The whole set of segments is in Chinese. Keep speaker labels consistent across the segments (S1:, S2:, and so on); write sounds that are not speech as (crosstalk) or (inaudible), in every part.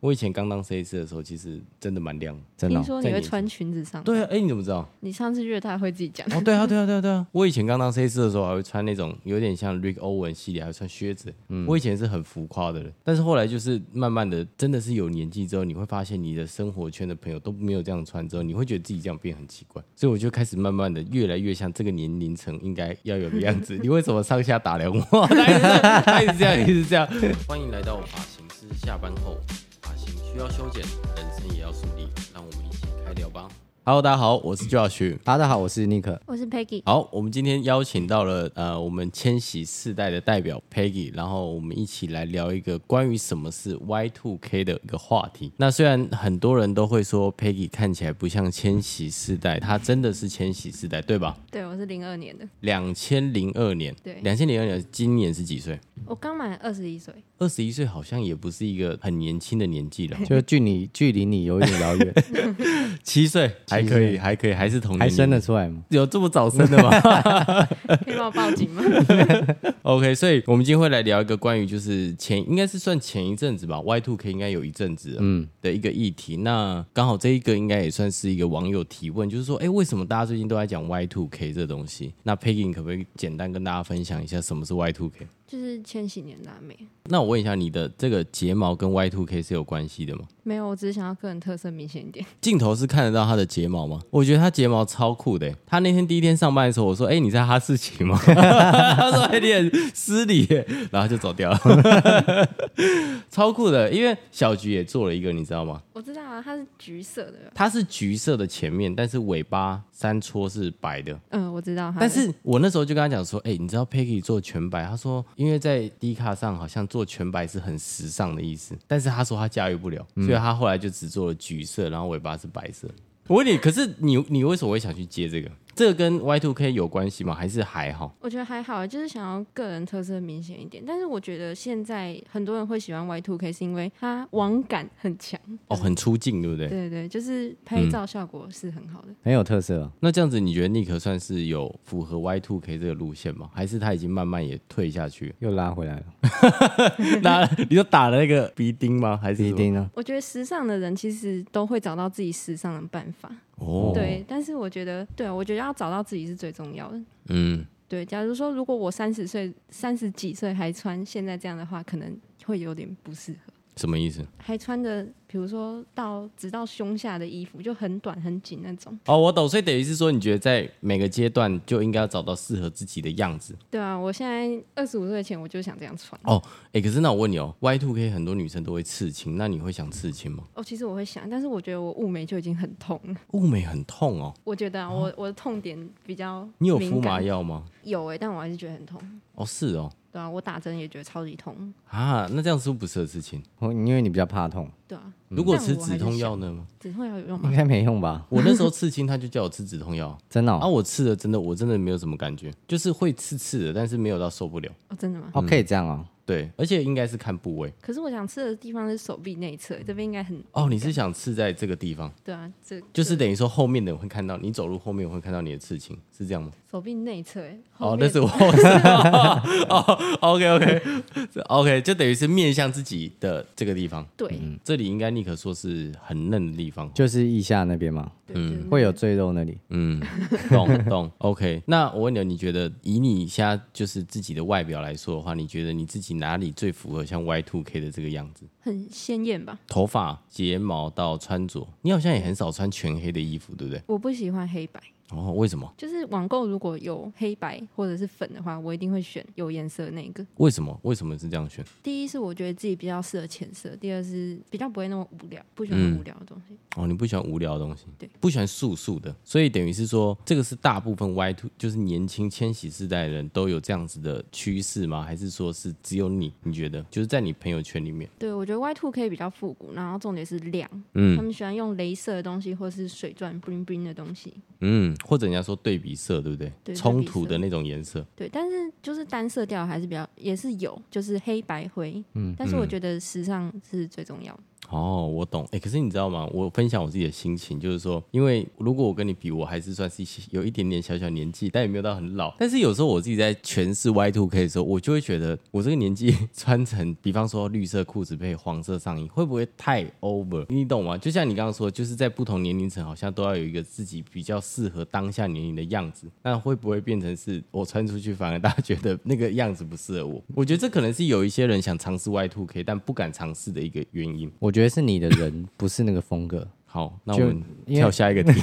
S1: 我以前刚当 C 师的时候，其实真的蛮亮，
S2: 真的
S3: 听
S2: 哦、
S3: 说你会穿裙子上班，
S1: 对啊，哎、你怎么知道？
S3: 你上次乐大会自己讲，
S1: 哦，对啊，对啊，对啊，对啊！我以前刚当 C 师的时候，还会穿那种有点像 Rick Owen 系列，还会穿靴子。我以前是很浮夸的人，但是后来就是慢慢的，真的是有年纪之后，你会发现你的生活圈的朋友都没有这样穿，之后你会觉得自己这样变很奇怪。所以我就开始慢慢的越来越像这个年龄层应该要有的样子。你为什么上下打量我？他一直他一直这样，一直这样。欢迎来到发型师下班后，发型需要修剪，人生也要树立，让我们一起开聊吧。Hello，大家好，我是 Josh。
S2: 大家好，我是尼克。
S3: (laughs) 我是 Peggy，
S1: 好，我们今天邀请到了呃，我们千禧世代的代表 Peggy，然后我们一起来聊一个关于什么是 Y Two K 的一个话题。那虽然很多人都会说 Peggy 看起来不像千禧世代，她真的是千禧世代，对吧？
S3: 对我是零二年的，
S1: 两千零二年，
S3: 对
S1: 两千零二年，今年是几岁？
S3: 我刚满二十一岁，
S1: 二十一岁好像也不是一个很年轻的年纪 (laughs) 了，
S2: 就距你距离你有一
S1: (laughs)
S2: 点遥远，
S1: 七岁还可
S2: 七
S1: 以，还可以，还是同
S2: 还
S1: 年
S2: 生
S1: 龄
S2: 得出来吗？
S1: 有这么早生的吗？
S3: 可以帮我报警吗？
S1: OK，所以我们今天会来聊一个关于就是前应该是算前一阵子吧，Y Two K 应该有一阵子，嗯的一个议题。那刚好这一个应该也算是一个网友提问，就是说，哎、为什么大家最近都在讲 Y Two K 这东西？那 Peggy 你可不可以简单跟大家分享一下什么是 Y Two K？
S3: 就是千禧年辣妹，
S1: 那我问一下，你的这个睫毛跟 Y Two K 是有关系的吗？
S3: 没有，我只是想要个人特色明显一点，
S1: 镜头是看得到他的睫毛吗？我觉得他睫毛超酷的欸。他那天第一天上班的时候，我说：“哎、你在哈士奇吗？” (laughs) 他说：“有点失礼耶。”然后就走掉了， (laughs) 超酷的。因为小菊也做了一个，你知道吗？
S3: (laughs) 我知道啊，它是橘色的，
S1: 它是橘色的前面，但是尾巴三撮是白的。
S3: 嗯，我知道它的，
S1: 但是我那时候就跟他讲说，哎、你知道 Peggy 做全白，他说因为在 D 卡上好像做全白是很时尚的意思，但是他说他驾驭不了，所以他后来就只做了橘色，然后尾巴是白色。我问你，可是你你为什么会想去接这个？这个跟 Y Two K 有关系吗？还是还好？
S3: 我觉得还好，就是想要个人特色明显一点。但是我觉得现在很多人会喜欢 Y Two K，是因为它网感很强。
S1: 哦，很出镜，对不对？
S3: 对对，就是拍照效果是很好的。
S2: 很有特色、哦。？
S1: 那这样子，你觉得 Nick 算是有符合 Y Two K 这个路线吗？还是他已经慢慢也退下去了
S2: 又拉回来了，
S1: 那 (laughs) 你就打了那个鼻钉吗？还是
S2: 一
S1: 什么
S2: 定呢？
S3: 我觉得时尚的人其实都会找到自己时尚的办法。
S1: 哦，
S3: 对，但是我觉得，对啊我觉得要找到自己是最重要的。
S1: 嗯，
S3: 对，假如说如果我三十岁、三十几岁还穿现在这样的话，可能会有点不适合。
S1: 什么意思？
S3: 还穿的，比如说到直到胸下的衣服，就很短很紧那种。
S1: 哦，我懂，所以等于是说，你觉得在每个阶段就应该要找到适合自己的样子。
S3: 对啊，我现在二十五岁前我就想这样穿。
S1: 哦，哎，可是那我问你哦，Y two K 很多女生都会刺青，那你会想刺青吗？
S3: 哦，其实我会想，但是我觉得我雾眉就已经很痛了。
S1: 雾眉很痛哦，
S3: 我觉得、啊、我我的痛点比较
S1: 你有
S3: 敏
S1: 敷麻
S3: 感？
S1: 药吗？
S3: 有哎、但我还是觉得很痛。
S1: 哦，是哦，
S3: 对啊，我打针也觉得超级痛。
S1: 啊，那这样是不是不适合刺青？
S2: 哦因为你比较怕痛，
S3: 对啊，
S1: 如果
S3: 但
S1: 吃
S3: 我还
S1: 止
S3: 是
S1: 痛药
S3: 想
S1: 呢？ (laughs)
S3: 止痛药有用
S2: 应
S3: 吗？
S2: 该没用吧？
S1: 我那时候刺青，他就叫我吃止痛药，
S2: 真的、
S1: 啊，
S2: 哦，
S1: 我吃了真的，我真的没有什么感觉，就是会刺刺的，但是没有到受不了。
S3: 哦，真的吗？
S2: 哦，可以这样哦。
S1: 对，而且应该是看部位。
S3: 可是我想吃的地方是手臂内侧，这边应该很
S1: 哦，你是想刺在这个地方，
S3: 对啊，这
S1: 就是
S3: 这
S1: 等于说后面的人会看到，你走路后面会看到你的刺青，是这样吗？
S3: 手臂内侧欸。
S1: 哦 (laughs)
S3: 后，
S1: 那
S3: 面
S1: 是我 (laughs) 哦，OK OK OK，就等于是面向自己的这个地方，嗯
S3: 对
S1: 这里应该立刻说是很嫩的地方，
S2: 就是腋下那边嘛，
S3: 对，就是
S2: 会有赘肉那里。
S1: 嗯，懂懂，OK。那我问你，你觉得以你现在就是自己的外表来说的话，你觉得你自己哪里最符合像 Y Two K 的这个样子？
S3: 很鲜艳吧？
S1: 头发、睫毛到穿着，你好像也很少穿全黑的衣服，对不对？
S3: 我不喜欢黑白，
S1: 哦，为什么？
S3: 就是网购如果有黑白或者是粉的话，我一定会选有颜色的那个。
S1: 为什么？为什么是这样选？
S3: 第一是我觉得自己比较适合浅色，第二是比较不会那么无聊，不喜
S1: 嗯
S3: 欢无聊的东西。
S1: 哦，你不喜欢无聊的东西，
S3: 对，
S1: 不喜欢素素的，所以等于是说，这个是大部分 Y two 就是年轻千禧世代的人都有这样子的趋势吗？还是说是只有你？你觉得就是在你朋友圈里面，
S3: 对，我觉得 Y Two K 比较复古，然后重点是亮，他
S1: 嗯
S3: 们喜欢用镭射的东西或是水钻 bling bling 的东西。
S1: 嗯，或者人家说对比色，对不对？
S3: 对
S1: 冲
S3: 对
S1: 突
S3: 比色
S1: 的那种颜色，
S3: 对，但是就是单色
S1: 嗯
S3: 调还是比较也是有，就是黑白灰。嗯，但是我觉得时尚是最重要的。
S1: 哦，我懂。哎、可是你知道吗？我分享我自己的心情，就是说，因为如果我跟你比，我还是算是有一点点小小年纪，但也没有到很老。但是有时候我自己在诠释 Y two K 的时候，我就会觉得我这个年纪穿成，比方说绿色裤子配黄色上衣，会不会太 over？你懂吗？就像你刚刚说，就是在不同年龄层，好像都要有一个自己比较适合当下年龄的样子。那会不会变成是我穿出去，反而大家觉得那个样子不适合我？我觉得这可能是有一些人想尝试 Y two K，但不敢尝试的一个原因。
S2: 我觉得是你的人，不是那个风格。
S1: 好，那我
S2: 就
S1: 们
S2: 因为
S1: 跳下一 (laughs) 个题。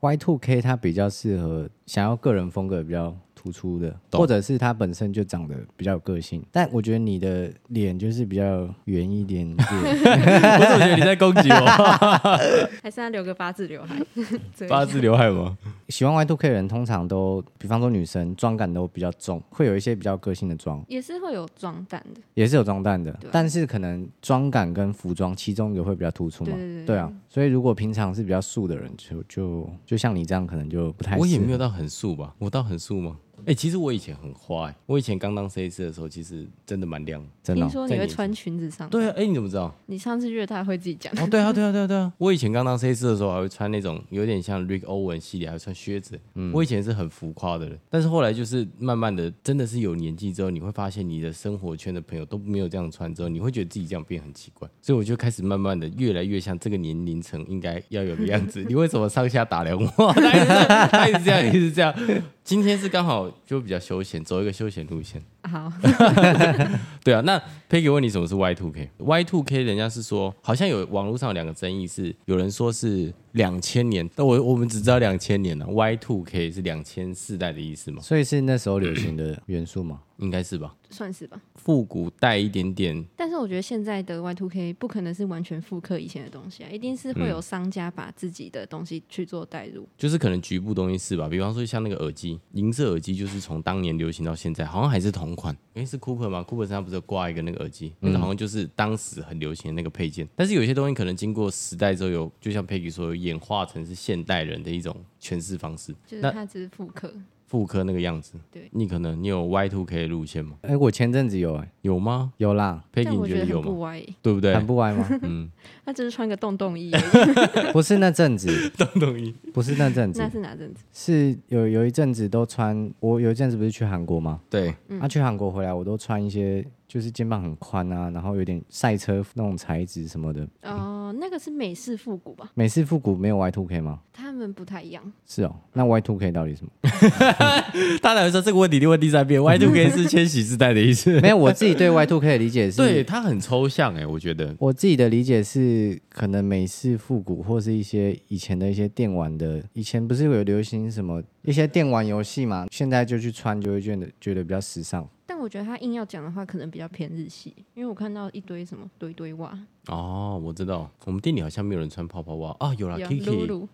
S2: Y two K 它比较适合想要个人风格比较突出的，
S1: 懂
S2: 或者是他本身就长得比较有个性。但我觉得你的脸就是比较圆一点点， (laughs)
S1: 我怎么觉得你在攻击 (laughs) 我？
S3: (laughs) 还是要留个八字刘 (laughs) 海，遮一下
S1: 八字刘海吗？
S2: 喜欢 Y two K 的人通常都，比方说女生妆感都比较重，会有一些比较个性的妆，
S3: 也是会有装蛋的。
S2: 也是有装扮的
S3: 对，
S2: 但是可能妆感跟服装其中一个会比较突出嘛。
S3: 对对对
S2: 啊，所以如果平常是比较素的人，就就就像你这样，可能就不太适合。
S1: 我也没有到很素吧，我到很素吗？哎、其实我以前很花、欸，我以前刚当 C 师的时候，其实真的蛮亮的。
S2: 真的
S3: 听
S2: 哦、
S3: 说
S1: 在
S3: 你会
S1: 年纪
S3: 穿裙子上班，
S1: 对啊，哎、你怎么知道？
S3: 你上次约他会自己讲。
S1: 哦，对啊，对啊，对啊，对啊！我以前刚当 C 师的时候，还会穿那种有点像 Rick Owen 系列，还会穿靴子。我以前是很浮夸的人，但是后来就是慢慢的，真的是有年纪之后，你会发现你的生活圈的朋友都没有这样穿，之后你会觉得自己这样变很奇怪，所以我就开始慢慢的越来越像这个年龄层应该要有的样 (laughs) 子。你为什么上下打量我？他一直这样他一直这样，一直这样。今天是刚好就比较休闲，走一个休闲路线。
S3: 好，
S1: 对啊，那 Peggy 问你什么是 Y two K？Y two K 人家是说，好像有网络上有两个争议是，有人说是两千年，但我我们只知道两千年了、Y 啊 two K 是两千世代的意思吗？
S2: 所以是那时候流行的元素嘛。
S1: 应该是吧，
S3: (laughs) 算是吧。
S1: 复古带一点点
S3: 但是我觉得现在的 Y Two K 不可能是完全复刻以前的东西啊，一定是会
S1: 嗯
S3: 有商家把自己的东西去做代入。
S1: 就是可能局部东西是吧？比方说像那个耳机，银色耳机就是从当年流行到现在，好像还是同款。诶，是 Cooper 吗？Cooper 身上不是有挂一个那个耳机，那个好像就是当时很流行的那个配件。但是有些东西可能经过时代之后有，就像 Peggy 说，有演化成是现代人的一种诠释方式。
S3: 就是
S1: 那
S3: 它只是复刻，
S1: 复刻那个样子，
S3: 对
S1: 你可能你有 Y two K 的路线吗？
S2: 哎、我前阵子有哎、
S1: 有吗
S2: 有啦，
S3: 但
S1: ？Peggy
S3: 我
S1: 你觉得
S3: 很
S1: 有
S3: 不
S1: 吗？
S3: 歪耶，
S1: 对不对？
S2: 很不歪吗？ (laughs)
S3: 他只是穿个
S1: (laughs)
S3: 洞洞衣而已，
S2: 不是那阵子，
S1: 懂懂意。
S2: 不是那阵子
S3: 那，是哪阵子？
S2: 是有有一阵子都穿，我有一阵子不是去韩国吗？
S1: 对，
S3: 嗯
S2: 啊，去韩国回来我都穿一些，就是肩膀很宽啊，然后有点赛车那种材质什么的。
S3: 哦、那个是美式复古吧？
S2: 美式复古没有 Y two K 吗？
S3: 他们不太一样，
S2: 是哦，那 Y two K 到底是什么？ (laughs)
S1: 他来说这个问题一定问第 (laughs) 三遍，Y two K 是千禧世代的意思。
S2: 没有，我自己对 Y two K 的理解是，
S1: (laughs) 对，它很抽象哎、我觉得
S2: 我自己的理解是，可能美式复古或是一些以前的一些电玩的，以前不是有流行什么一些电玩游戏嘛，现在就去穿就会觉得觉得比较时尚。
S3: 但我觉得他硬要讲的话，可能比较偏日系，因为我看到一堆什么堆堆袜，
S1: 哦，我知道，我们店里好像没有人穿泡泡袜啊，有啦
S3: 有露
S1: ，Kiki
S3: 露，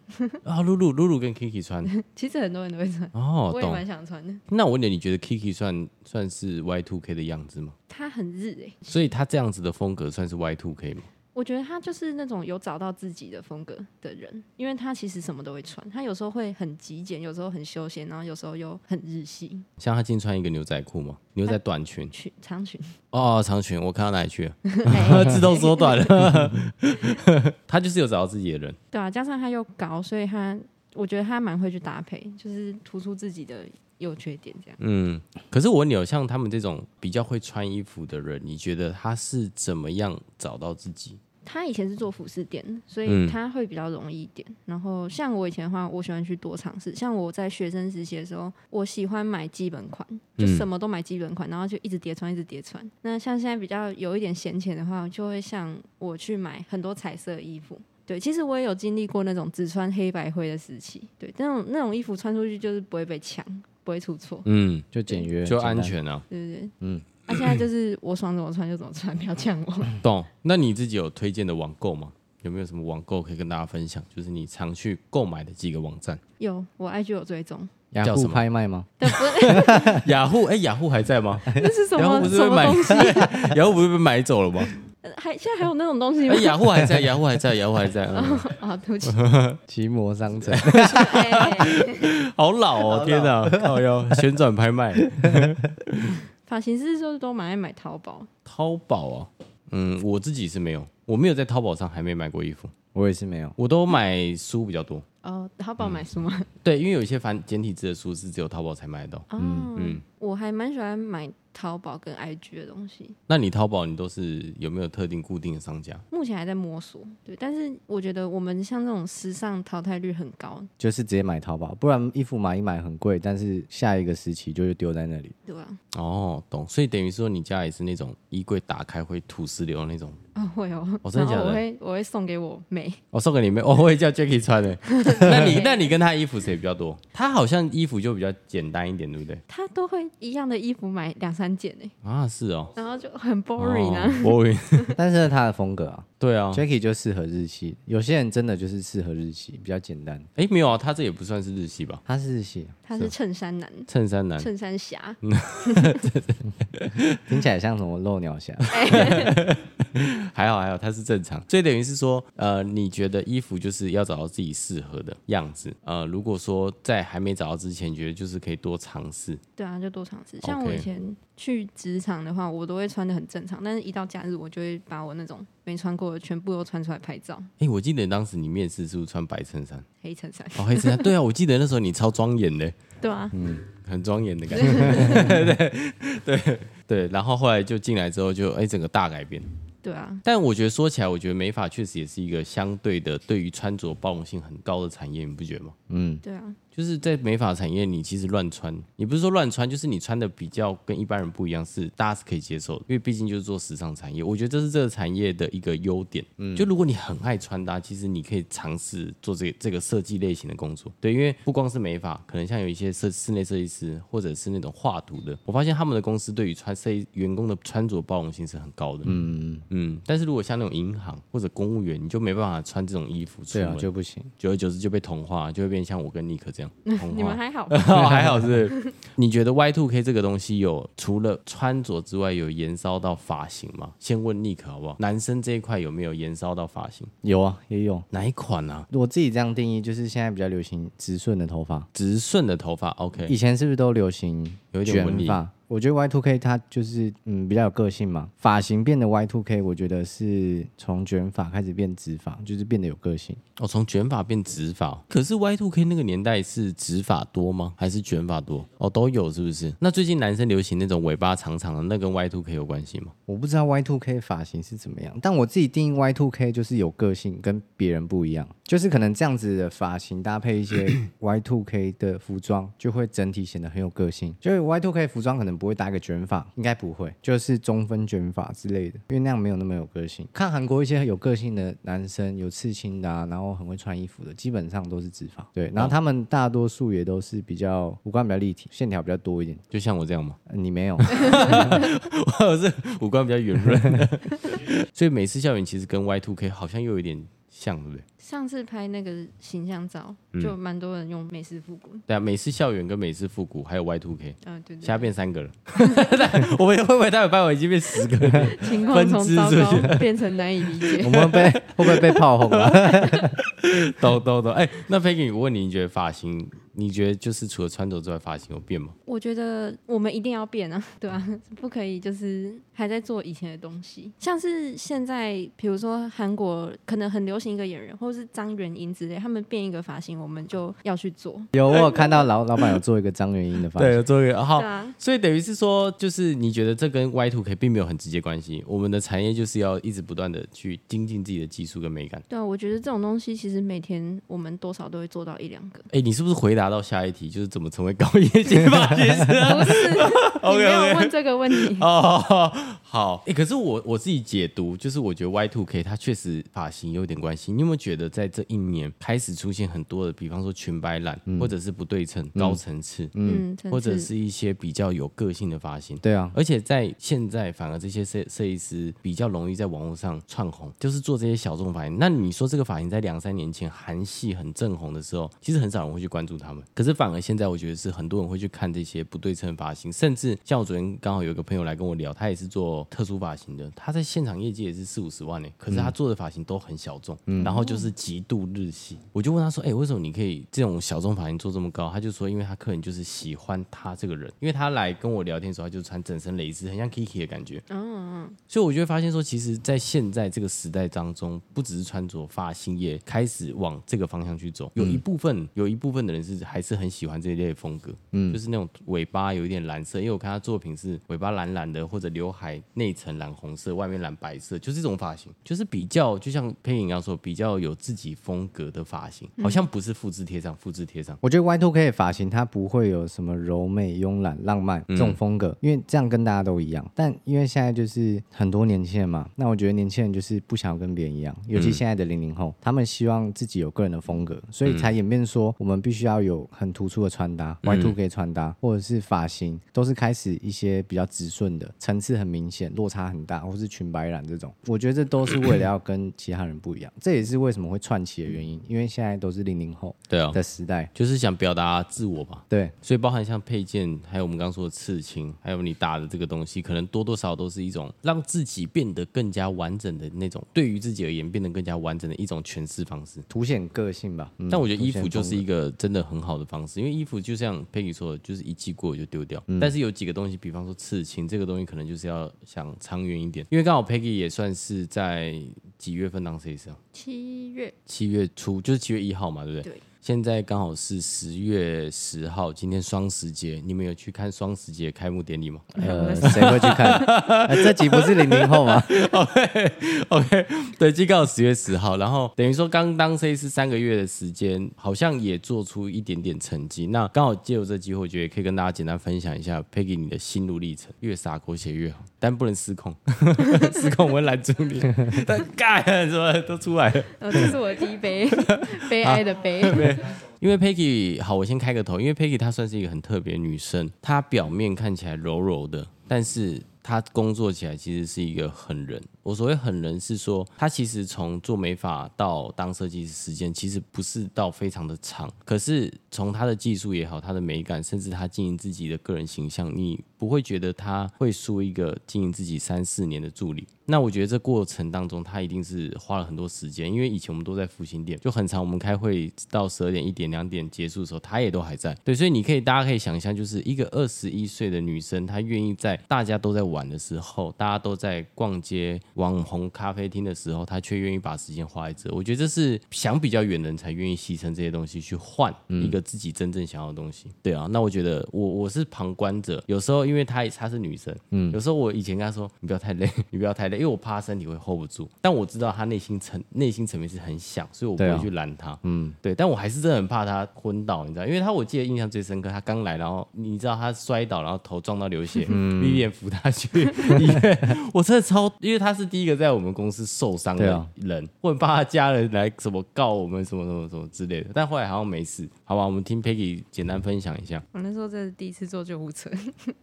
S1: 啊，露露露露跟 Kiki
S3: (laughs)
S1: 穿
S3: 其实很多人都会穿，
S1: 哦，
S3: 我也蛮
S1: 懂。
S3: 想穿的。
S1: 那我问你，你觉得 Kiki 算算是 Y two K 的样子吗？
S3: 他很日哎、
S1: 所以他这样子的风格算是 Y two K 吗？
S3: 我觉得他就是那种有找到自己的风格的人，因为他其实什么都会穿，他有时候会很极简，有时候很休闲，然后有时候又很日系
S1: 像他今天穿一个牛仔裤吗？牛仔短裙
S3: 裙长裙。
S1: 哦，长裙，我看到哪里去 (laughs) 了？
S3: 哎
S1: 自动缩短了。 (laughs) 他就是有找到自己的人，
S3: 对啊，加上他又高，所以他我觉得他蛮会去搭配，就是突出自己的优缺点这样。
S1: 嗯。可是我问你哦，像他们这种比较会穿衣服的人，你觉得他是怎么样找到自己？
S3: 他以前是做服饰店的，所
S1: 嗯
S3: 以他会比较容易一点。然后像我以前的话，我喜欢去多尝试。像我在学生时期的时候，我喜欢买基本款，就
S1: 嗯
S3: 什么都买基本款，然后就一直叠穿，一直叠穿。那像现在比较有一点闲钱的话，就会像我去买很多彩色衣服。对，其实我也有经历过那种只穿黑白灰的时期。对，那种那种衣服穿出去就是不会被抢，不会出错。
S1: 嗯，
S2: 就简约，
S1: 就
S2: 简单
S1: 安。全啊。
S3: 对不对？嗯。那、现在就是我想怎么穿就怎么穿，不要抢
S1: (laughs)
S3: 我。
S1: 懂？那你自己有推荐的网购吗？有没有什么网购可以跟大家分享？就是你常去购买的几个网 (laughs) 站？
S3: 有，我 IG 有追踪。
S2: 雅
S1: 叫什
S2: 虎
S1: 么
S2: 拍卖吗？
S3: 但不是
S1: 雅虎，哎，雅虎还在吗？
S3: 这是什
S1: 然后
S3: 么
S1: 不是
S3: 什
S1: 被
S3: 么
S1: 买 (laughs)
S3: 东西？呃
S1: 雅虎不是被买走了吗？
S3: 还现在还有那种东西
S1: 哎
S3: 吗，？
S1: 雅虎还在，雅虎还在，雅虎还在。嗯
S3: (laughs) 啊，对不起，
S2: 奇摩商城。
S3: 哎
S1: (laughs) 好老哦，天哪！靠腰旋转拍卖，
S3: 发型师就是都蛮爱买淘宝，
S1: 淘宝啊，嗯，我自己是没有，我没有在淘宝上还没买过衣服，
S2: 我也是没有。
S1: 我都买书比较多。
S3: 哦，淘
S1: 嗯
S3: 宝买书吗？
S1: 对，因为有一些繁简体字的书是只有淘宝才买得到。
S3: 嗯嗯，我还蛮喜欢买淘宝跟 IG 的东西，
S1: 那你淘宝你都是有没有特定固定的商家？
S3: 目前还在摸索。对，但是我觉得我们像这种时尚淘汰率很高，
S2: 就是直接买淘宝，不然衣服买一买很贵，但是下一个时期就是丢在那
S1: (laughs)
S2: 里。
S3: 对吧、
S1: 哦，懂。所以等于说你家也是那种衣柜打开会吐石流的那种。
S3: 啊？会哦，
S1: 哦真的
S3: 然后
S1: 假的
S3: 我会我会送给我妹，
S1: 我、送给你妹，哦我会叫 Jacky 穿的。 (laughs) 那你那你跟他衣服谁比较多？他好像衣服就比较简单一点，对不对？
S3: 她都会一样的衣服买两三件呢、
S1: 啊，是哦。
S3: 然后就很 boring 啊。
S1: 哦 boring，
S2: 但是他的风格啊
S1: (laughs) 对啊。
S2: j a c k i e 就适合日系，有些人真的就是适合日系，比较简单。
S1: 哎，没有啊，他这也不算是日系吧？
S2: 他是日系，
S3: 他是衬衫男，
S1: 衬衫男，
S3: 衬衫侠，
S2: 听起来像什么漏啊
S1: (laughs)
S2: 鸟侠。
S1: 还好还好，它是正常。所以等于是说，呃，你觉得衣服就是要找到自己适合的样子。呃，如果说在还没找到之前，你觉得就是可以多尝试。
S3: 对啊，就多尝试。像我
S1: OK
S3: 以前去职场的话，我都会穿的很正常，但是一到假日，我就会把我那种没穿过的全部都穿出来拍照，
S1: 哎、我记得当时你面试是不是穿白衬衫？
S3: 黑衬衫，
S1: 哦，黑衬衫。对啊，我记得那时候你超庄严的，
S3: (laughs) 对啊，
S1: 嗯很庄严的感觉。 (laughs) 对对对，然后后来就进来之后就哎、整个大改变。
S3: 对啊，
S1: 但我觉得说起来，我觉得美发确实也是一个相对的对于穿着包容性很高的产业，你不觉得吗？
S3: 对啊，
S1: 就是在美发产业，你其实乱穿，你不是说乱穿，就是你穿的比较跟一般人不一样，是大家是可以接受的，因为毕竟就是做时尚产业，我觉得这是这个产业的一个优点。嗯，就如果你很爱穿搭，其实你可以尝试做这这个设计类型的工作，对，因为不光是美发，可能像有一些设室内设计师或者是那种画图的，我发现他们的公司对于穿设计员工的穿着包容性是很高的。嗯嗯，但是如果像那种银行或者公务员，你就没办法穿这种衣服出
S2: 对
S1: 门，
S2: 啊，就不行。
S1: 久而久之就被同化，就会变像我跟尼克这样同
S3: (laughs) 你们
S1: 化。
S3: 还好吧？
S1: (laughs) 哦还好是， (laughs) 你觉得 Y Two K 这个东西有除了穿着之外，有延烧到发型吗？先问尼克好不好？男生这一块有没有延烧到发型？
S2: 有啊，也有。
S1: 哪一款啊？
S2: 我自己这样定义，就是现在比较流行直顺的头发，
S1: 直顺的头发，OK，
S2: 以前是不是都流行
S1: 有一点纹
S2: 卷
S1: 理
S2: 发？我觉得 Y two K 它就是嗯比较有个性嘛，发型变得 Y two K，我觉得是从卷发开始变直发，就是变得有个性。
S1: 哦，从卷发变直发哦。可是 Y Two K 那个年代是直发多吗？还是卷发多？哦，都有是不是？那最近男生流行那种尾巴长长的，那跟 Y Two K 有关系吗？
S2: 我不知道 Y two K 发型是怎么样，但我自己定义 Y two K 就是有个性，跟别人不一样，就是可能这样子的发型搭配一些 Y two K 的服装，就会整体显得很有个性。就是 Y two K 服装可能不会搭一个卷发，应该不会，就是中分卷发之类的，因为那样没有那么有个性。看韩国一些有个性的男生，有刺青的、啊，然后很会穿衣服的，基本上都是直发。对，然后他们大多数也都是比较五官比较立体，线条比较多一点。
S1: 就像我这样吗？
S2: 呃你没有，
S1: 我是五官比较圆润， (laughs) 所以美式校园其实跟 Y Two K 好像又有点像，对不对？
S3: 上次拍那个形象照，
S1: 嗯
S3: 就蛮多人用美式复古，
S1: 对啊，美式校园跟美式复古还有 Y Two K，
S3: 嗯，对对
S1: 现在变三个了。我们会不会待会班我已经变十个了？
S3: 对，
S1: (laughs)
S3: 情况从
S1: 分支
S3: 糟
S1: 是不
S3: 糕变成难以理解。
S2: 我们被会不会被炮轰啊？
S1: 懂懂懂。哎、那 Peggy，我问你，你觉得发型，你觉得就是除了穿着之外，发型有变吗？
S3: 我觉得我们一定要变啊， (laughs) 对啊，不可以就是还在做以前的东西，像是现在比如说韩国可能很流行一个演员，或是张元英之类，他们变一个发型，我们就要去做，
S2: 有，我有看到老老板有做一个张元英的发型，，
S1: 作为好
S3: 对啊，
S1: 所以等于是说，就是你觉得这跟 Y Two K 并没有很直接关系。我们的产业就是要一直不断的去精进自己的技术跟美感。
S3: 对啊，我觉得这种东西其实每天我们多少都会做到一两 (laughs) 个，
S1: 哎、你是不是回答到下一题，就是怎么成为高业绩发型师？
S3: 不是，你没
S1: OK，OK
S3: 有问这个问题，
S1: (laughs) 哦，好，哎、可是我我自己解读，就是我觉得 Y Two K 它确实发型有点关系。你有没有觉得在这一年开始出现很多的，比方说裙摆染，或者是不对称、高层次，
S3: 嗯，真
S1: 或者
S3: 是 (laughs)
S1: 是一些比较有个性的发型？
S2: 对啊，
S1: 而且在现在，反而这些设设计师比较容易在网络上窜红，就是做这些小众发型。那你说这个发型在两三年前韩系很正红的时候，其实很少人会去关注它。他们。可是反而现在我觉得是很多人会去看这些不对称发型，甚至像我昨天刚好有一个朋友来跟我聊，他也是做特殊发型的，他在现场业绩也是四五十万呢、可是他做的发型都很小众，然后就是极度日系。我就问他说：“哎、为什么你可以这种小众发型做这么高？”他就说：“因为他客人就是喜欢他这个人，因为他来跟我聊天的时候，他就穿整身蕾丝，很像 Kiki 的感觉。”所以我就会发现说，其实，在现在这个时代当中，不只是穿着发型也开始往这个方向去走。有一部分，有一部分的人是还是很喜欢这一类的风格，嗯，就是那种尾巴有一点蓝色，因为我看他作品是尾巴蓝蓝的，或者刘海内层蓝红色，外面蓝白色，就是这种发型，就是比较就像佩影刚刚说，比较有自己风格的发型，好像不是复制贴上，复制贴上。
S2: 我觉得 Y Two K 的发型它不会有什么柔美、慵懒、浪漫这种风格，因为这样跟大家都一样。但因为现在就是很多年轻人嘛，那我觉得年轻人就是不想要跟别人一样，尤其现在的零零后，他们希望自己有个人的风格，所以才演变说我们必须要有很突出的穿搭、y Two K 穿搭或者是发型，都是开始一些比较直顺的，层次很明显，落差很大，或是裙摆染这种。我觉得这都是为了要跟其他人不一样，这也是为什么会串起的原因，因为现在都是零零后
S1: 对啊，
S2: 的时代。
S1: 就是想表达自我吧。
S2: 对，
S1: 所以包含像配件，还有我们刚刚说的刺青，还有你打的这个东西，可能多多少少都是一种让自己变得更加完整的那种，对于自己而言变得更加完整的一种诠释方式。
S2: 凸显个性吧。嗯
S1: 但我觉得衣
S2: 凸
S1: 服
S2: 显
S1: 就是
S2: 风格
S1: 一个真的很好的方式，因为衣服就像佩奇说的，就是一季过就丢掉。但是有几个东西，比方说刺青这个东西，可能就是要想长远一点。因为刚好佩奇也算是在几月份当 C 生？
S3: 七月
S1: 七月初，就是七月一号嘛，对不对？
S3: 对
S1: 现在刚好是十月十号，今天双十节，你们有去看双十节开幕典礼吗？
S2: 呃，谁会去看？呃、这集不是零零
S1: (laughs)
S2: 后吗？
S1: OK，对， (laughs) 就刚好十月十号，然后等于说刚当 C 是三个月的时间，好像也做出一点点成绩。那刚好借由这机会，我觉得也可以跟大家简单分享一下 Peggy 你的心路历程，越洒狗血越好，但不能失控， (laughs) 失控我会拦住你。但干什么都出来了。
S3: 呃，这是我的第一杯 (laughs) 悲哀的 (laughs) 杯。
S1: 因为 Peggy，好，我先开个头，因为 Peggy 她算是一个很特别的女生，她表面看起来柔柔的，但是她工作起来其实是一个狠人。我所谓狠人是说，她其实从做美发到当设计师时间，其实不是到非常的长，可是从她的技术也好，她的美感，甚至她经营自己的个人形象，你不会觉得她会输一个经营自己三四年的助理。那我觉得这过程当中，他一定是花了很多时间，因为以前我们都在复兴店，就很长，我们开会到十二点、一点、两点结束的时候，他也都还在。对，所以你可以，大家可以想象，就是一个二十一岁的女生，她愿意在大家都在玩的时候，大家都在逛街、网红咖啡厅的时候，她却愿意把时间花在这。我觉得这是想比较远的人才愿意牺牲这些东西去换一个自己真正想要的东西。对啊，那我觉得我我是旁观者，有时候因为她她是女生，有时候我以前跟他说：“你不要太累， (laughs) 你不要太累，因为我怕他身体会 hold 不住。”但我知道他内心层内心层面是很想，所以我不
S2: 对啊
S1: 会去拦他。嗯，对，但我还是真的很怕他昏倒，你知道？因为他我记得印象最深刻，他刚来，然后你知道他摔倒，然后头撞到流血，丽莲扶他 (laughs) 去医院。我真的超，因为他是第一个在我们公司受伤
S2: 对
S1: 的
S2: 啊
S1: 人，我很怕他家人来什么告我们什么什么什么之类的。但后来好像没事，好吧？我们听 Peggy 简单分享一下。
S3: 我那时候这是第一次坐救护车，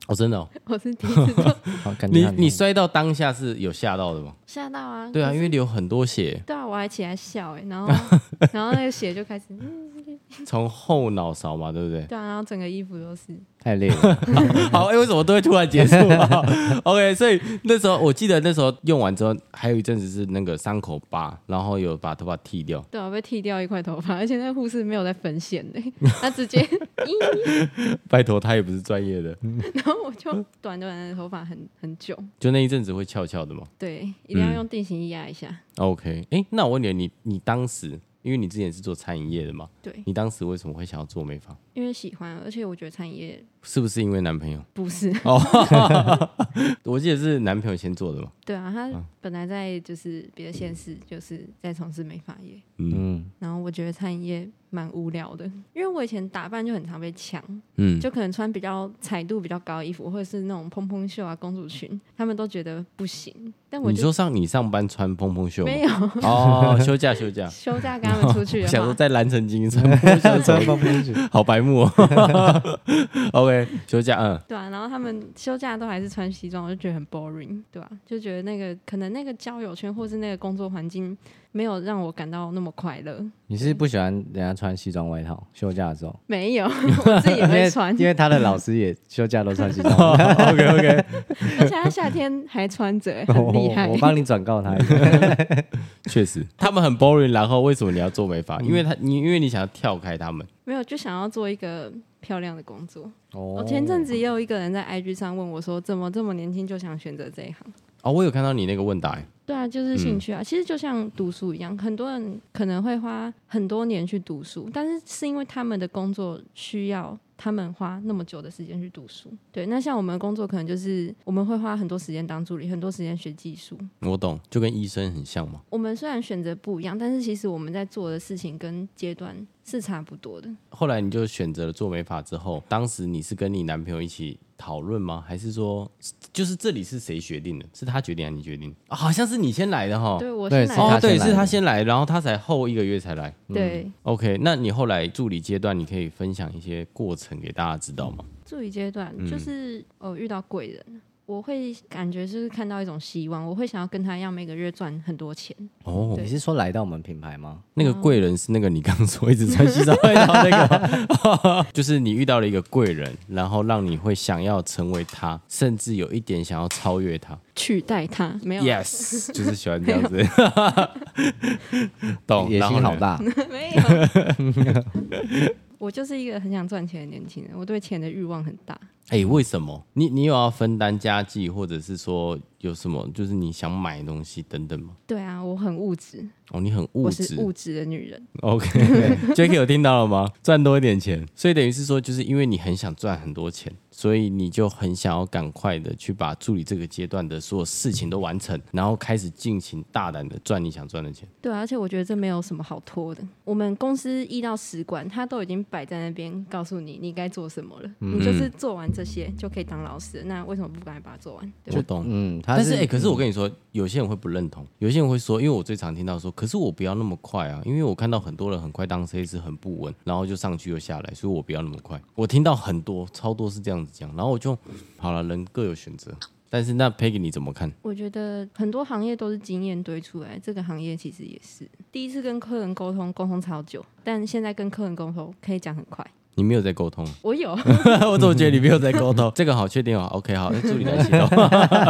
S1: 哦，真的、哦，
S3: (laughs) 我是第一次坐，
S2: 好，感觉
S1: 你
S2: 很
S1: 你摔到当下是有吓到的吗？
S3: (laughs) 吓到啊！
S1: 对啊，
S3: 可是
S1: 因为流很多血，
S3: 对啊，我还起来笑哎、然后然后那个血就开始，嗯
S1: 从后脑勺嘛，对不
S3: (laughs)
S1: 对？
S3: 对啊，然后整个衣服都是。
S2: 太累了。
S1: 好，哎、为什么都会突然结束啊
S3: (laughs)
S1: ？OK，所以那时候我记得那时候用完之后，还有一阵子是那个伤口疤，然后有把头发剃掉。
S3: 对啊，被剃掉一块头发，而且那护士没有在缝线的、她直接咦，
S1: 拜托，他也不是专业的，
S3: 然后我就短短的头发很很久，
S1: 就那一阵子会翘翘的嘛。
S3: 对，一定要用定型液压一下。
S1: OK，哎、那我问你，你你当时，因为你之前是做餐饮业的嘛，
S3: 对，
S1: 你当时为什么会想要做美发？
S3: 因为喜欢，而且我觉得餐饮业
S1: 是不是因为男朋友？
S3: 不是，
S1: 我记得是男朋友先做的嘛。
S3: 对啊，他本来在就是别的县市，就是在从事美发业，
S2: 嗯，
S3: 然后我觉得餐饮业蛮无聊的，因为我以前打扮就很常被抢，
S1: 嗯，
S3: 就可能穿比较彩度比较高的衣服，或者是那种蓬蓬袖啊、公主裙，他们都觉得不行，但我
S1: 你
S3: 就
S1: 说上你上班穿蓬蓬袖吗？
S3: 没有 (laughs)
S1: 哦，休假休假。
S3: 休假跟他们出
S1: (laughs)
S3: 去
S1: 我
S3: 的
S1: 想
S3: 话
S1: 嗯 (laughs) 说，在蓝城精英穿
S2: 穿放不进去。
S1: (laughs) 好白目、哦。OK，对，休假， (laughs) 嗯，
S3: 对啊，然后他们休假都还是穿西装，我就觉得很 boring，对啊，就觉得那个可能那个交友圈或是那个工作环境没有让我感到那么快乐，
S2: 你是不喜欢人家穿西装外套休假的时候？
S3: 没有， (laughs) 我自己也
S2: 因
S3: 会
S1: (laughs)
S2: 为
S3: 穿，
S2: 因为他的老师也休假都穿西装
S3: (laughs)
S2: 外套。
S1: OK OK，
S3: 而且他夏天还穿着、很
S1: 哦
S3: 厉害。
S2: 我我帮你转告他一下。
S1: (laughs) 确实，他们很 boring，然后为什么你要做美发？因为他你因为你想要跳开他们，
S3: 没有，就想要做一个漂亮的工作。我
S2: 哦
S3: 前阵子也有一个人在 IG 上问我说，怎么这么年轻就想选择这一行？
S1: 哦，我有看到你那个问答、欸
S3: 对啊，就是
S2: 嗯
S3: 兴趣啊。其实就像读书一样，很多人可能会花很多年去读书，但是是因为他们的工作需要他们花那么久的时间去读书。对，那像我们的工作可能就是我们会花很多时间当助理，很多时间学技术。
S1: 我懂，就跟医生很像嘛。
S3: 我们虽然选择不一样，但是其实我们在做的事情跟阶段是差不多的。
S1: 后来你就选择了做美发之后，当时你是跟你男朋友一起讨论吗？还是说，就是这里是谁决定的？是他决定还是你决定？啊好像是你先来的哈。
S3: 对我
S2: 对
S3: 现在
S2: 是嗯
S1: 哦
S2: 他，
S1: 对，
S2: 先来的
S1: 是他先来，嗯然后他才后一个月才来。
S3: 对。
S1: OK，那你后来助理阶段，你可以分享一些过程给大家知道吗？
S3: 助理阶段
S2: 嗯
S3: 就是、哦遇到贵人，我会感觉就是看到一种希望，我会想要跟他一样每个月赚很多钱。
S1: 哦
S3: 对，
S2: 你是说来到我们品牌吗？
S1: 那个贵人是那个你刚刚说一直穿西装外套那个
S2: (laughs)
S1: 吗， (laughs) 就是你遇到了一个贵人，然后让你会想要成为他，甚至有一点想要超越他。
S3: 取代他 (laughs) 没有啊
S1: Yes，就是喜欢这样子， (laughs) 懂？
S2: 野
S1: 哦然后
S2: 心
S1: 呢
S2: 好，大，
S3: (laughs) 没有，我就是一个很想赚钱的年轻人，我对钱的欲望很大。
S1: 哎、为什么？你你有要分担家计，或者是说有什么就是你想买的东西等等吗？
S3: 对啊，我很物质，
S1: 哦，你很物
S3: 我
S1: 质
S3: 是物质的女人。
S1: (laughs) OK，Jacky 有听到了吗？赚多一点钱，所以等于是说，就是因为你很想赚很多钱，所以你就很想要赶快的去把助理这个阶段的所有事情都完成，然后开始尽情大胆的赚你想赚的钱。
S3: 对啊，而且我觉得这没有什么好拖的。我们公司一到十关，他都已经摆在那边，告诉你你该做什么了。你就是做完这些就可以当老师了，那为什么不赶快把它做完？对吧
S1: 我懂。
S2: 嗯，他
S1: 但是哎、可是我跟你说，有些人会不认同，有些人会说，因为我最常听到说，可是我不要那么快啊，因为我看到很多人很快当 C 是很不稳，然后就上去又下来，所以我不要那么快。我听到很多超多是这样子讲，然后我就好了，人各有选择。但是那 Peggy 你怎么看？
S3: 我觉得很多行业都是经验堆出来，这个行业其实也是第一次跟客人沟通，沟通超久，但现在跟客人沟通可以讲很快。
S1: 你没有在沟通啊。
S3: 我有
S1: (laughs) 我怎么觉得你没有在沟 (laughs) 通？这个好确定哦。OK，好，那助理来启动。 (laughs)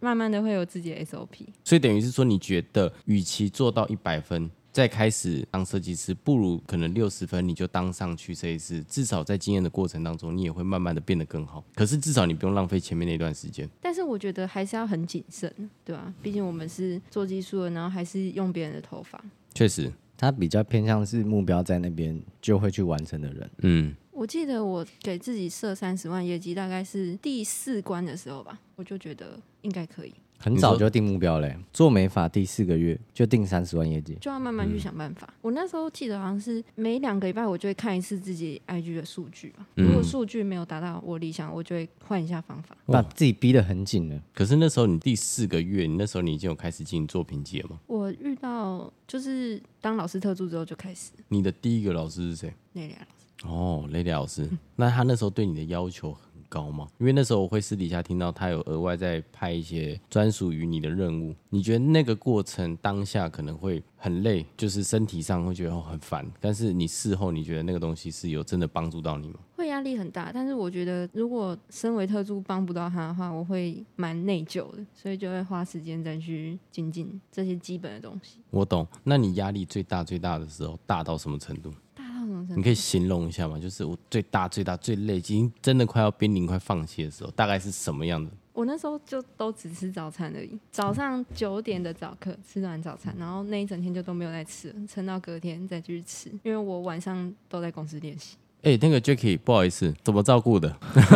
S3: 慢慢的会有自己的 SOP，
S1: 所以等于是说，你觉得与其做到一百分再开始当设计师，不如可能六十分你就当上去设计师，至少在经验的过程当中，你也会慢慢的变得更好。可是至少你不用浪费前面那段时间。
S3: 但是我觉得还是要很谨慎，对吧、毕竟我们是做技术的，然后还是用别人的头发。
S1: 确实，
S2: 他比较偏向是目标在那边就会去完成的人。
S1: 嗯，
S3: 我记得我给自己设三十万业绩，大概是第四关的时候吧，我就觉得应该可以，
S2: 很早就定目标嘞、做美发第四个月就定三十万业绩，
S3: 就要慢慢去想办法。我那时候记得好像是每两个礼拜我就会看一次自己 IG 的数据吧，
S1: 嗯
S3: 如果数据没有达到我理想，我就会换一下方法。
S2: 把自己逼得很紧了。
S1: 可是那时候你第四个月，你那时候你已经有开始进行作品集了吗？
S3: 我遇到就是当老师特助之后就开始
S1: 你的第一个老师是谁？
S3: 那俩老师，
S1: 哦，雷迪老师，
S3: 嗯
S1: 那他那时候对你的要求很高吗？因为那时候我会私底下听到他有额外在派一些专属于你的任务，你觉得那个过程当下可能会很累，就是身体上会觉得哦很烦，但是你事后你觉得那个东西是有真的帮助到你吗？
S3: 会压力很大，但是我觉得如果身为特助帮不到他的话，我会蛮内疚的，所以就会花时间再去精进这些基本的东西。
S1: 我懂，那你压力最大最大的时候大到什么程度？
S3: 大到什么程
S1: 你
S3: 度？
S1: 可以形容一下吗？就是我最大最大最累，已经真的快要濒临快放弃的时候，大概是什么样的？
S3: 我那时候就都只吃早餐而已，早上九点的早课吃完早餐，然后那一整天就都没有再吃了，撑到隔天再继续吃，因为我晚上都在公司练习。
S1: 哎、那个 Jacky，不好意思，怎么照顾的？ (laughs)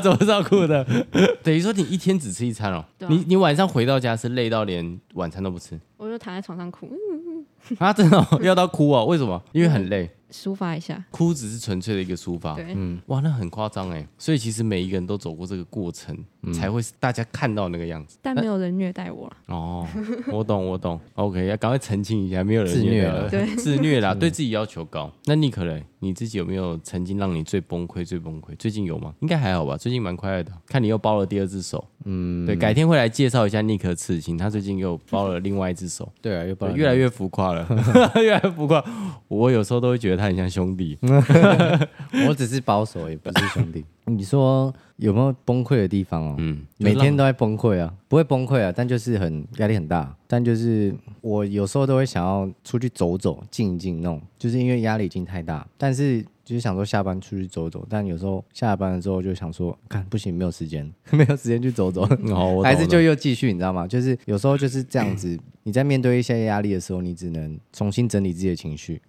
S1: 怎么照顾的？ (laughs) 等于说你一天只吃一餐哦。
S3: 对啊
S1: 你你晚上回到家是累到连晚餐都不吃
S3: 我就躺在床上哭，嗯
S1: 啊？真的、
S3: (laughs)
S1: 哦、要到哭哦？为什么？因为很累，
S3: 抒发一下。
S1: 哭只是纯粹的一个抒发。
S3: 对，
S1: 哇，那很夸张哎。所以其实每一个人都走过这个过程，才会是大家看到那个样子。
S3: 但没有人虐待我了。
S1: 哦， (laughs) 我懂，我懂。OK，要赶快澄清一下，没有人
S2: (laughs) 自虐
S1: 了，
S2: 了
S3: 对
S1: 自虐啦，对自己要求高。那尼克嘞？你自己有没有曾经让你最崩溃、最崩溃？最近有吗？应该还好吧，最近蛮快乐的。看你又包了第二只手，嗯，对，改天会来介绍一下尼克刺青，他最近又包了另外一只
S2: (laughs)
S1: 手，
S2: 对啊，又
S1: 对越来越浮夸了， (laughs) 越来越浮夸。我有时候都会觉得他很像兄弟，
S2: 我只是保守，也不是兄
S1: (laughs)
S2: 弟。你说有没有崩溃的地方哦？
S1: 嗯，
S2: 每天都在崩溃啊，不会崩溃啊，但就是很压力很大。但就是我有时候都会想要出去走走、静一静那种，就是因为压力已经太大。但是就是想说下班出去走走，但有时候下班了之后就想说，看不行，没有时间， (laughs) 没有时间去走走。
S1: 嗯
S2: (laughs)
S1: 哦，我懂
S2: 还是就
S1: 了
S2: 又继续，你知道吗？就是有时候就是这样子，你在面对一些压力的时候，你只能重新整理自己的情
S1: (laughs)
S2: 绪，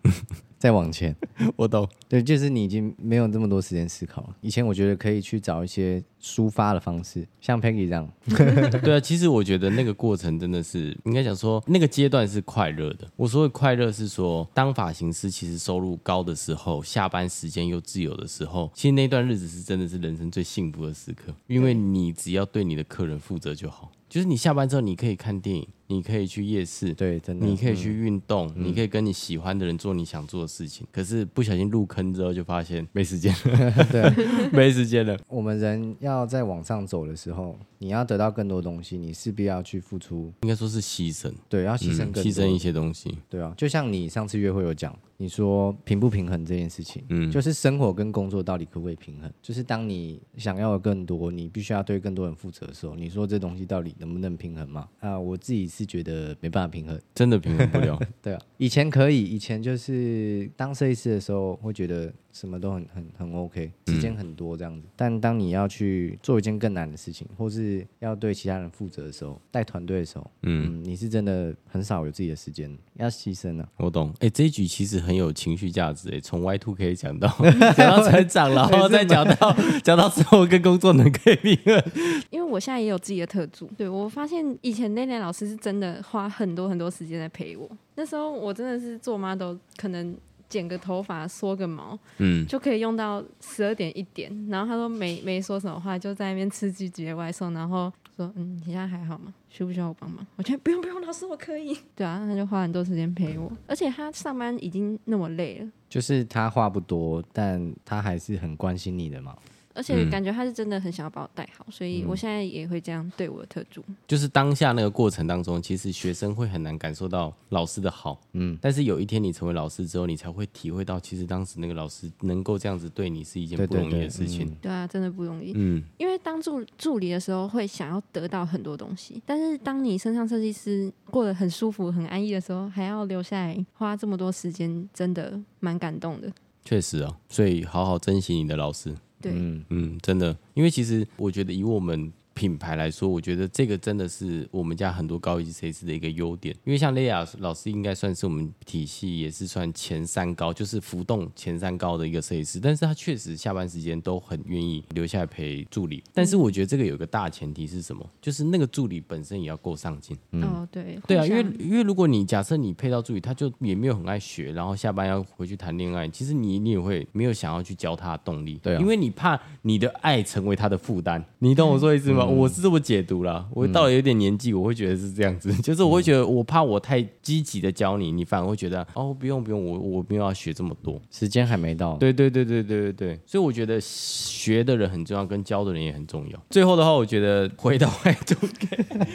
S2: 再往前。
S1: 我懂，
S2: 对，就是你已经没有这么多时间思考了。以前我觉得可以去找一些抒发的方式，像 Peggy 这样，
S1: (laughs) 对啊，其实我觉得那个过程真的是，应该讲说那个阶段是快乐的。我说的快乐是说，当发型师其实收入高的时候，下班时间又自由的时候，其实那段日子是真的是人生最幸福的时刻，因为你只要对你的客人负责就好。就是你下班之后，你可以看电影，你可以去夜市，
S2: 对，嗯真的，嗯
S1: 你可以去运动，你可以跟你喜欢的人做你想做的事情。可是不小心入坑之后，就发现没时间
S2: (laughs)
S1: 了，对， (laughs) 没时间了。
S2: 我们人要在往上走的时候，你要得到更多东西，你势必要去付出，
S1: 应该说是牺牲，
S2: 对，要牺牲
S1: 嗯
S2: 更多，
S1: 牺牲一些东西。
S2: 对啊，就像你上次约会有讲，你说平不平衡这件事情，
S1: 嗯
S2: 就是生活跟工作到底可不可以平衡？就是当你想要的更多，你必须要对更多人负责的时候，你说这东西到底能不能平衡嘛？啊，我自己是觉得没办法平衡。
S1: 真的平衡不
S2: (laughs)
S1: 了。
S2: 对啊，以前可以，以前就是当设计师的时候，会觉得什么都很很很 OK，时间很多这样子。但当你要去做一件更难的事情，或是要对其他人负责的时候，带团队的时候，嗯你是真的很少有自己的时间，要牺牲啊。
S1: 我懂，哎、这一局其实很有情绪价值、诶从 Y two K 讲
S2: (laughs)
S1: 到讲到成长，然后再讲到讲到生活跟工作能可以平衡，
S3: 因为我现在也有自己的特助，对我发现以前那年老师是真的花很多很多时间在陪我。那时候我真的是做 model，可能剪个头发、缩个毛，
S1: 嗯，
S3: 就可以用到十二点一点。然后他都没没说什么话，就在那边吃自己的外送，然后说：“嗯，你现在还好吗？需不需要我帮忙？”我觉得不用不用，老师我可以。 (laughs) 对啊，他就花很多时间陪我，而且他上班已经那么累了。
S2: 就是他话不多，但他还是很关心你的嘛。
S3: 而且
S1: 嗯
S3: 感觉他是真的很想要把我带好，所以我嗯现在也会这样对我的特助。
S1: 就是当下那个过程当中，其实学生会很难感受到老师的好，嗯，但是有一天你成为老师之后，你才会体会到，其实当时那个老师能够这样子对你是一件
S2: 对
S1: 不
S2: 对
S1: 容易的
S2: 对嗯
S1: 事情，
S3: 对啊，真的不容易。
S1: 嗯
S3: 因为当助助理的时候，会想要得到很多东西，但是当你身上设计师过得很舒服、很安逸的时候，还要留下来花这么多时间，真的蛮感动的。
S1: 确实啊，所以好好珍惜你的老师。
S3: 对，
S1: 嗯，真的，因为其实我觉得以我们品牌来说，我觉得这个真的是我们家很多高级设计师的一个优点。因为像雷亚老师应该算是我们体系也是算前三高，就是浮动前三高的一个设计师，但是他确实下班时间都很愿意留下来陪助理。但是我觉得这个有一个大前提是什么？就是那个助理本身也要够上进。
S3: 哦，对，
S1: 对啊，
S3: 互
S1: 因为
S3: 相
S1: 因为如果你假设你配到助理，他就也没有很爱学，然后下班要回去谈恋爱，其实你你也会没有想要去教他的动力，
S2: 对啊
S1: 因为你怕你的爱成为他的负担，嗯你懂我说意思吗？我是这么解读啦，我到了有点年纪，我会觉得是这样子，就是我会觉得我怕我太积极的教你，你反而会觉得哦不用不用，我我没有要学这么多，
S2: 时间还没到，
S1: 对对对对对对对，所以我觉得学的人很重要，跟教的人也很重要。最后的话，我觉得回到 Y two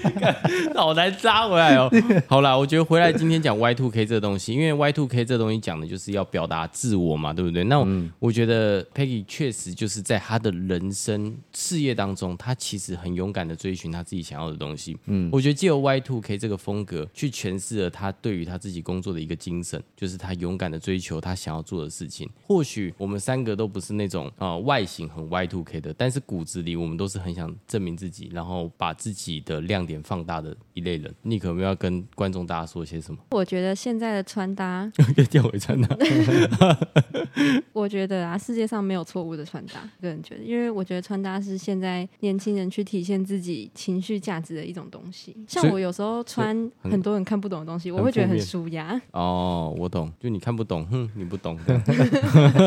S1: K，好 (laughs) 难扎回来哦。好啦，我觉得回来今天讲 Y two K 这东西，因为 Y two K 这东西讲的就是要表达自我嘛，对不对？那我,、觉得 Peggy 确实就是在她的人生事业当中，她其实很勇敢的追寻她自己想要的东西。嗯，我觉得借由 Y two K 这个风格去诠释了她对于她自己工作的一个精神，就是她勇敢的追求她想要做的事情。或许我们三个都不是那种啊、呃外形很 Y two K 的，但是骨子里我们都是很想证明自己，然后把自己的亮点放大的一类人。你可有没有要跟观众大家说些什么？
S3: 我觉得现在的穿搭，
S1: (laughs) 可以调回穿搭。
S3: 我觉得啊，世界上没有错误的穿搭，个人觉得，因为我觉得穿搭是现在年轻人去体现自己情绪价值的一种东西。像
S1: 所以
S3: 我有时候穿很多人看不懂的东西，我
S1: 很
S3: 会觉得
S1: 负
S3: 很
S1: 面
S3: 舒压。
S1: (laughs) 哦，我懂，就你看不懂，哼，你不懂，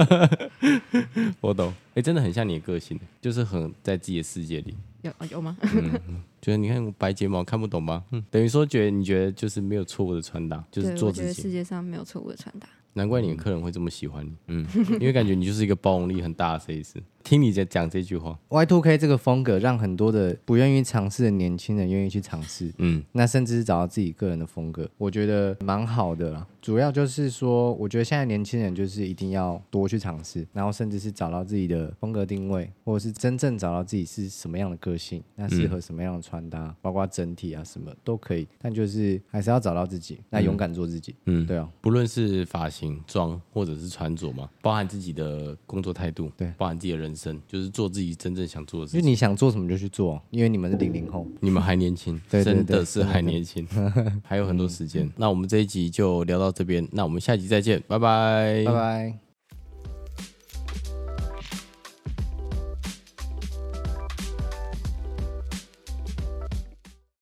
S1: (laughs) 我懂。哎、真的很像你的个性，就是很在自己的世界里。
S3: 有有吗？
S1: 觉得你看我白睫毛看不嗯懂吧？哼，等于说觉得你觉得就是没有错误的穿搭，就
S3: 对，
S1: 是
S3: 我
S1: 做
S3: 觉得
S1: 自
S3: 世
S1: 己。
S3: 界上没有错误的穿搭。
S1: 难怪你的客人会这么喜欢你，嗯，因为感觉你就是一个包容力很大的设计师。 (laughs) 听你在讲这句话，
S2: Y Two K 这个风格让很多的不愿意尝试的年轻人愿意去尝试，
S1: 嗯，
S2: 那甚至是找到自己个人的风格，我觉得蛮好的啦。主要就是说，我觉得现在年轻人就是一定要多去尝试，然后甚至是找到自己的风格定位，或者是真正找到自己是什么样的个性，那适合什么样的穿搭，包括整体啊什么都可以。但就是还是要找到自己，那勇敢做自己。
S1: 嗯
S2: 对啊，
S1: 不论是发型、妆或者是穿着嘛，包含自己的工作态度，
S2: 对
S1: 包含自己的人生，就是做自己真正想做的事
S2: 就
S1: 情。
S2: 你想做什么就去做，啊因为你们是零零后。
S1: 你们还年轻，
S2: 对对对
S1: 真的是还年轻，还有很多时间。那我们这一集就聊到这边，那我们下集再见，拜拜，
S2: 拜拜。